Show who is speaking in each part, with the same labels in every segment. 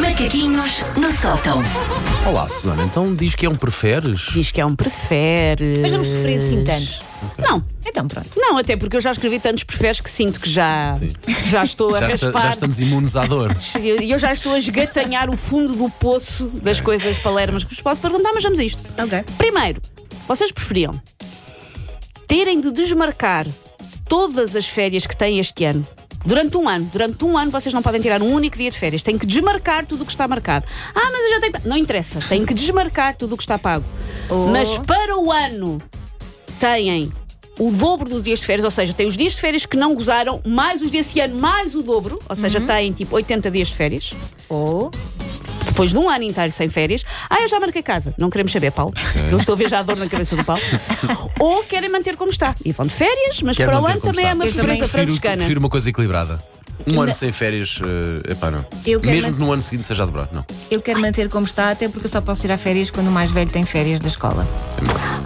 Speaker 1: Macaquinhos no sótão.
Speaker 2: Olá, Susana, então diz que é um preferes?
Speaker 3: Diz que é um prefere.
Speaker 4: Mas vamos sofrer assim tanto.
Speaker 3: Não,
Speaker 4: Então pronto.
Speaker 3: não, até porque eu já escrevi tantos preferes que sinto que já,
Speaker 2: Sim.
Speaker 3: já estou a
Speaker 2: Já, esta-
Speaker 3: raspar.
Speaker 2: já estamos imunes à dor.
Speaker 3: E eu- eu já estou a esgatanhar o fundo do poço
Speaker 2: É.
Speaker 3: das coisas palermas que vos posso perguntar, mas vamos a isto.
Speaker 4: Ok.
Speaker 3: Primeiro, vocês preferiam terem de desmarcar todas as férias que têm este ano? Durante um ano, durante um ano vocês não podem tirar um único dia de férias, têm que desmarcar tudo o que está marcado. Ah, mas eu já tenho. Não interessa, têm que desmarcar tudo o que está pago.
Speaker 4: Oh.
Speaker 3: Mas para o ano têm o dobro dos dias de férias, ou seja, têm os dias de férias que não gozaram, mais os desse ano, mais o dobro, ou seja, têm tipo 80 dias de férias
Speaker 4: Ou.
Speaker 3: depois de um ano inteiro sem férias, ah, eu já marquei casa. Não queremos saber, Paulo. Eu estou a ver já a dor na cabeça do Paulo. Ou querem manter como está. E vão de férias, mas
Speaker 2: Quero
Speaker 3: para o
Speaker 2: manter
Speaker 3: ano
Speaker 2: como
Speaker 3: também é
Speaker 2: está.
Speaker 3: uma
Speaker 4: Eu também.
Speaker 3: surpresa
Speaker 2: Prefiro,
Speaker 3: franciscana.
Speaker 2: prefiro uma coisa equilibrada. Um ano
Speaker 4: Não.
Speaker 2: sem férias, eh, epá, não.
Speaker 4: Eu quero
Speaker 2: Mesmo
Speaker 4: man-
Speaker 2: que no ano seguinte seja a dobrar, não.
Speaker 4: Eu quero manter como está, até porque eu só posso ir a férias quando o mais velho tem férias da escola.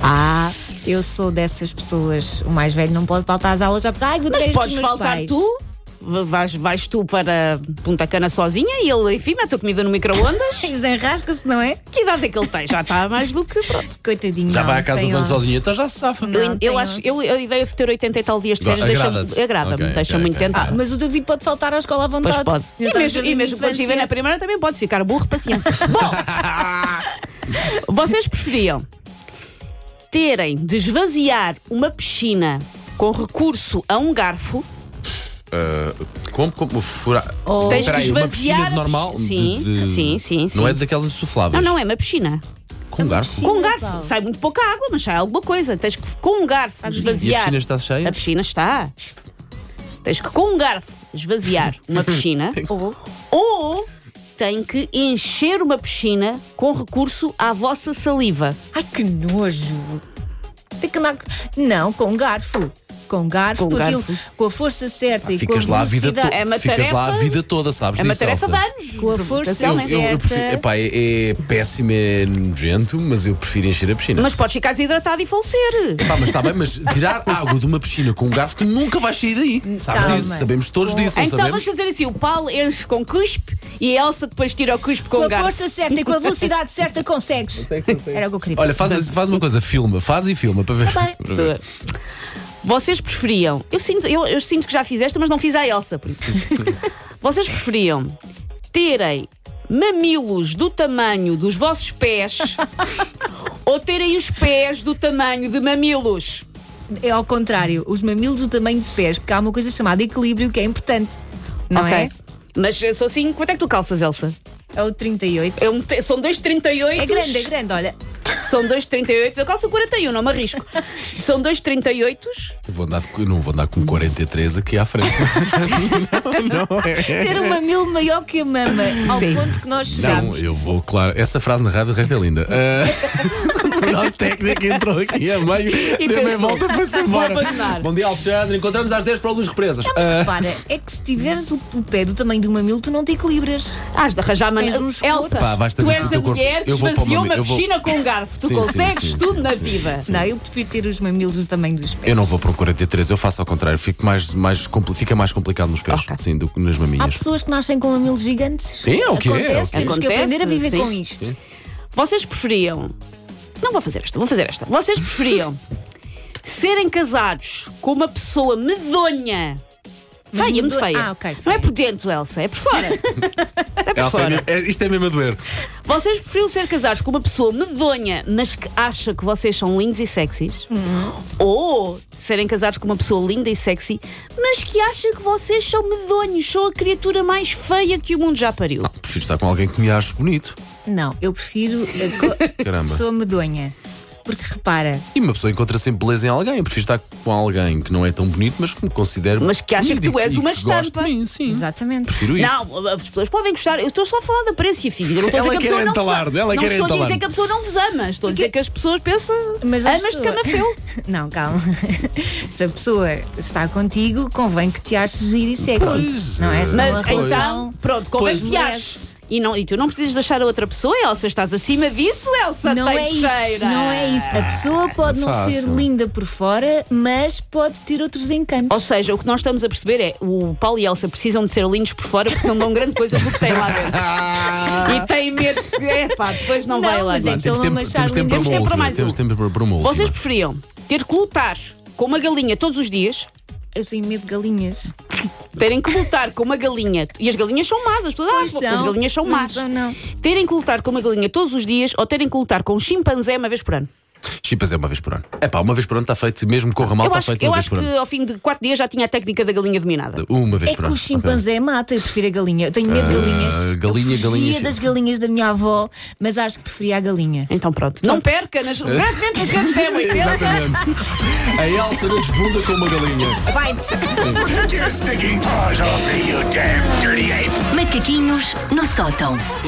Speaker 3: Ah,
Speaker 4: Eu sou dessas pessoas, o mais velho não pode faltar às aulas já porque, ai, vou ter
Speaker 3: mas
Speaker 4: férias dos
Speaker 3: podes
Speaker 4: meus
Speaker 3: faltar
Speaker 4: pais.
Speaker 3: tu. v- Vais, vais tu para Punta Cana sozinha e ele, enfim, mete a comida no micro-ondas.
Speaker 4: Desenrasca-se, não é?
Speaker 3: que idade é que ele tem? Já está mais do que pronto. é?
Speaker 4: Coitadinho.
Speaker 2: Já
Speaker 4: não,
Speaker 2: vai à casa
Speaker 4: tem
Speaker 2: do banco
Speaker 4: onze.
Speaker 2: sozinho, então já se safa.
Speaker 4: Não.
Speaker 3: Eu, eu
Speaker 4: tem
Speaker 3: acho,
Speaker 4: onze.
Speaker 3: eu, a ideia de ter 80 e tal dias de
Speaker 2: Gosta-
Speaker 3: férias deixa-me,
Speaker 2: agrada-te?
Speaker 3: agrada-me,
Speaker 2: Ok, ok,
Speaker 3: deixa-me muito
Speaker 2: ok.
Speaker 3: tentada.
Speaker 4: Ah, Mas o David pode faltar à escola à vontade.
Speaker 3: Pois pode.
Speaker 4: Eu
Speaker 3: E
Speaker 4: tava
Speaker 3: mesmo,
Speaker 4: a ver
Speaker 3: e mesmo
Speaker 4: na
Speaker 3: quando estiver na
Speaker 4: infância.
Speaker 3: primeira também pode ficar burro, paciência. Bom, vocês preferiam terem de esvaziar uma piscina com recurso a um garfo?
Speaker 2: Eh, como, como furar.
Speaker 4: Ou-
Speaker 3: Oh. Tens
Speaker 2: Espera aí,
Speaker 3: que
Speaker 2: uma
Speaker 3: esvaziar
Speaker 2: piscina
Speaker 3: a
Speaker 2: de normal?
Speaker 3: pisci-
Speaker 2: de-
Speaker 3: Sim,
Speaker 2: de-
Speaker 3: sim, sim, sim.
Speaker 2: Não é daquelas insufláveis.
Speaker 3: Não, não, é uma piscina.
Speaker 2: Com garfo.
Speaker 3: Com um
Speaker 4: Sim,
Speaker 3: garfo.
Speaker 4: Paulo.
Speaker 3: Sai muito pouca água, mas sai alguma coisa. Tens que, com um garfo,
Speaker 4: Faz assim.
Speaker 2: E a
Speaker 3: esvaziar.
Speaker 2: piscina está cheia?
Speaker 3: A piscina está. Tens que, com um garfo, esvaziar uma piscina.
Speaker 4: Ou.
Speaker 3: ou tem que encher uma piscina com recurso à vossa saliva.
Speaker 4: Ai, que nojo! Tem que andar... Não, com garfo. Com garfo,
Speaker 3: Com
Speaker 4: com, aquilo,
Speaker 3: garfo.
Speaker 4: com a força certa e com a
Speaker 2: Ah, Ficas lá a vida
Speaker 4: velocidade.
Speaker 2: toda.
Speaker 3: É uma
Speaker 2: Ficas lá a
Speaker 3: tarefa-
Speaker 2: vida toda, sabes
Speaker 3: É uma
Speaker 2: disso,
Speaker 3: tarefa de
Speaker 2: Elsa?
Speaker 3: anos.
Speaker 4: Com a força
Speaker 2: Eu,
Speaker 3: potencialmente.
Speaker 2: eu, eu prefiro,
Speaker 4: Certa.
Speaker 2: epá, é, é péssimo, é nojento, mas eu prefiro encher a piscina.
Speaker 3: Mas podes ficar desidratado e falecer.
Speaker 2: Pá, mas está bem, mas tirar água de uma piscina com um garfo, tu nunca vais sair daí. Sabes
Speaker 4: Calma.
Speaker 2: disso, sabemos todos disso, não
Speaker 3: Então vamos
Speaker 2: sabemos?
Speaker 3: fazer assim: o Paulo enche com cuspe e a Elsa depois tira o cuspe com,
Speaker 4: Com a
Speaker 3: garfo.
Speaker 4: força certa e com a velocidade certa consegues. Era o que eu queria
Speaker 2: Olha,
Speaker 4: dizer.
Speaker 2: faz, faz uma coisa, filma, faz e filma para ver.
Speaker 4: Tá bem.
Speaker 2: para ver.
Speaker 3: Vocês preferiam. Eu sinto, eu, eu sinto que já fiz esta, mas não fiz à Elsa, por isso. Vocês preferiam terem mamilos do tamanho dos vossos pés ou terem os pés do tamanho de mamilos?
Speaker 4: É ao contrário, os mamilos do tamanho de pés, porque há uma coisa chamada equilíbrio que é importante. Não
Speaker 3: Ok. Mas eh, sou assim, quanto é que tu calças, Elsa?
Speaker 4: é? É o 38.
Speaker 3: É um te- são 2,38.
Speaker 4: É grande, é grande, olha.
Speaker 3: São 2,38. Eu calço 41, não me arrisco. são 2,38.
Speaker 2: Eu vou andar, de- eu não vou andar com 43 aqui à frente. é.
Speaker 4: Ter um mamilo maior que a mama, ao
Speaker 3: Sim.
Speaker 4: ponto que nós
Speaker 2: Não, é.
Speaker 4: chegamos.
Speaker 2: eu vou, claro. Essa frase narrada, o resto é linda. Ah, o nosso técnico entrou aqui a meio, deu meia
Speaker 3: pensou,
Speaker 2: volta para se
Speaker 3: "Vou
Speaker 2: embora.
Speaker 3: abandonar."
Speaker 2: Bom dia, Alexandre. Encontramos às 10 para o Luz Represas.
Speaker 4: Mas
Speaker 2: Ah,
Speaker 4: repara, é que se tiveres o, o pé do tamanho de um mamilo, tu não te equilibras.
Speaker 3: Hás de arranjar maneira.
Speaker 4: Tens É uns
Speaker 3: Elsa,
Speaker 4: corpos. Pá,
Speaker 2: vais
Speaker 3: tu
Speaker 2: também
Speaker 3: és
Speaker 2: com o
Speaker 3: a
Speaker 2: teu
Speaker 3: mulher
Speaker 2: corpo.
Speaker 3: que
Speaker 2: Eu vou para o
Speaker 3: esvaziou
Speaker 2: mamilo,
Speaker 3: uma
Speaker 2: eu vou-
Speaker 3: piscina com um garfo.
Speaker 2: Sim,
Speaker 3: Tu
Speaker 2: sim,
Speaker 3: consegues
Speaker 2: sim,
Speaker 3: tudo
Speaker 2: sim,
Speaker 3: na
Speaker 2: sim,
Speaker 3: vida.
Speaker 2: Ah, sim.
Speaker 4: Não, eu prefiro ter os mamilos do tamanho dos pés.
Speaker 2: Eu não vou para um 43, eu faço ao contrário. Fico mais, mais, compli- fica mais complicado nos pés,
Speaker 3: Ok.
Speaker 2: sim, do que nas
Speaker 4: Há
Speaker 2: maminhas.
Speaker 4: pessoas que nascem com mamilos gigantes.
Speaker 2: Sim, é o que é, é o
Speaker 4: Acontece,
Speaker 2: que
Speaker 3: é.
Speaker 4: temos que aprender a
Speaker 3: Acontece,
Speaker 4: viver
Speaker 3: sim.
Speaker 4: com isto.
Speaker 3: Vocês preferiam. Não vou fazer esta, vou fazer esta. Vocês preferiam serem casados com uma pessoa medonha.
Speaker 4: Mas
Speaker 3: Feia, muito
Speaker 4: medo-
Speaker 3: feia.
Speaker 4: Ah, ok,
Speaker 3: Não é
Speaker 4: feia.
Speaker 3: por dentro, Elsa, é por fora. é por
Speaker 2: Elsa, é
Speaker 3: fora.
Speaker 2: mesmo- é- isto é mesmo a doer.
Speaker 3: Vocês preferiam ser casados com uma pessoa medonha, mas que acha que vocês são lindos e sexys?
Speaker 4: Uhum.
Speaker 3: Ou serem casados com uma pessoa linda e sexy, mas que acha que vocês são medonhos, são a criatura mais feia que o mundo já pariu?
Speaker 2: Prefiro estar com alguém que me ache bonito.
Speaker 4: Não, eu prefiro a co-
Speaker 2: Caramba.
Speaker 4: pessoa medonha. Porque repara,
Speaker 2: E uma pessoa encontra sempre beleza em alguém. Eu prefiro estar com alguém que não é tão bonito, mas que me considero.
Speaker 3: Mas que acha
Speaker 2: bonito
Speaker 3: que tu
Speaker 2: e-
Speaker 3: és
Speaker 2: e
Speaker 3: uma
Speaker 2: que gosta
Speaker 3: estampa.
Speaker 2: de mim, sim.
Speaker 4: exatamente.
Speaker 2: Prefiro isto. Ah,
Speaker 3: Não, as pessoas podem gostar. Eu estou só a falar da aparência física. eu Não estou a
Speaker 2: Ela
Speaker 3: dizer que a
Speaker 2: quer
Speaker 3: pessoa não vos
Speaker 2: entalar-te, ela
Speaker 3: ama. Não
Speaker 2: quer
Speaker 3: estou a dizer
Speaker 2: entalar-te.
Speaker 3: que a pessoa não vos ama. Estou a dizer que as pessoas pensam.
Speaker 4: Mas a
Speaker 3: Amas de
Speaker 4: pessoa-
Speaker 3: camafeu.
Speaker 4: Não, calma. Se a pessoa está contigo, convém que te aches giro e sexy.
Speaker 2: Pois,
Speaker 4: não é?
Speaker 2: eh,
Speaker 4: Senão a
Speaker 3: Mas
Speaker 4: relação-
Speaker 3: então, pronto, como é que
Speaker 4: Pois.
Speaker 3: te achas? E, não, e tu não precisas deixar a outra pessoa, Elsa. Estás acima disso, Elsa
Speaker 4: Não é isso,
Speaker 3: Teixeira.
Speaker 4: não é isso. A pessoa pode não
Speaker 2: fácil.
Speaker 4: ser linda por fora, mas pode ter outros
Speaker 3: Ou
Speaker 4: encantos.
Speaker 3: seja, o que nós estamos a perceber é o Paulo e a Elsa precisam de ser lindos por fora porque não dão grande coisa do que têm lá dentro. e têm medo que, é pá, depois não,
Speaker 4: Não,
Speaker 3: vai lá
Speaker 4: mas é
Speaker 3: dentro.
Speaker 4: que se ele não
Speaker 2: temos,
Speaker 4: achar
Speaker 2: temos tempo
Speaker 4: lindo,
Speaker 2: para uma
Speaker 3: temos tempo para
Speaker 2: última.
Speaker 3: mais
Speaker 2: Temos
Speaker 3: um.
Speaker 2: tempo para- para uma última.
Speaker 3: Vocês preferiam ter que lutar com uma galinha todos os dias,
Speaker 4: Eu tenho medo de galinhas.
Speaker 3: terem que lutar com uma galinha, e as galinhas são más, as pessoas
Speaker 4: Pois
Speaker 3: ah, as
Speaker 4: são.
Speaker 3: galinhas são
Speaker 4: Não
Speaker 3: más.
Speaker 4: são, não.
Speaker 3: Terem que lutar com uma galinha todos os dias ou terem que lutar com um chimpanzé uma vez por ano.
Speaker 2: Chipas é uma vez por ano. É pá, uma vez por ano está feito, mesmo que corra mal,
Speaker 3: eu
Speaker 2: está
Speaker 3: acho,
Speaker 2: feito
Speaker 3: eu
Speaker 2: uma vez
Speaker 3: acho
Speaker 2: por
Speaker 3: que
Speaker 2: ano.
Speaker 3: ao fim de 4 dias já tinha a técnica da galinha dominada.
Speaker 2: Uma vez
Speaker 4: É
Speaker 2: por
Speaker 4: que
Speaker 2: ano.
Speaker 4: o chimpanzé mata, eu prefiro a galinha. Eu tenho medo de galinhas.
Speaker 2: Ah, galinha,
Speaker 4: eu fugia
Speaker 2: galinha,
Speaker 4: das
Speaker 2: sim.
Speaker 4: galinhas da minha avó, mas acho que preferia a galinha.
Speaker 3: Então pronto, não perca nas grandemente nas grandes demos.
Speaker 2: Exatamente. A Elsa não desbunda com uma galinha.
Speaker 4: Vai-te!
Speaker 1: Take your stinking paws off me, you damn dirty ape!
Speaker 5: Macaquinhos no sótão.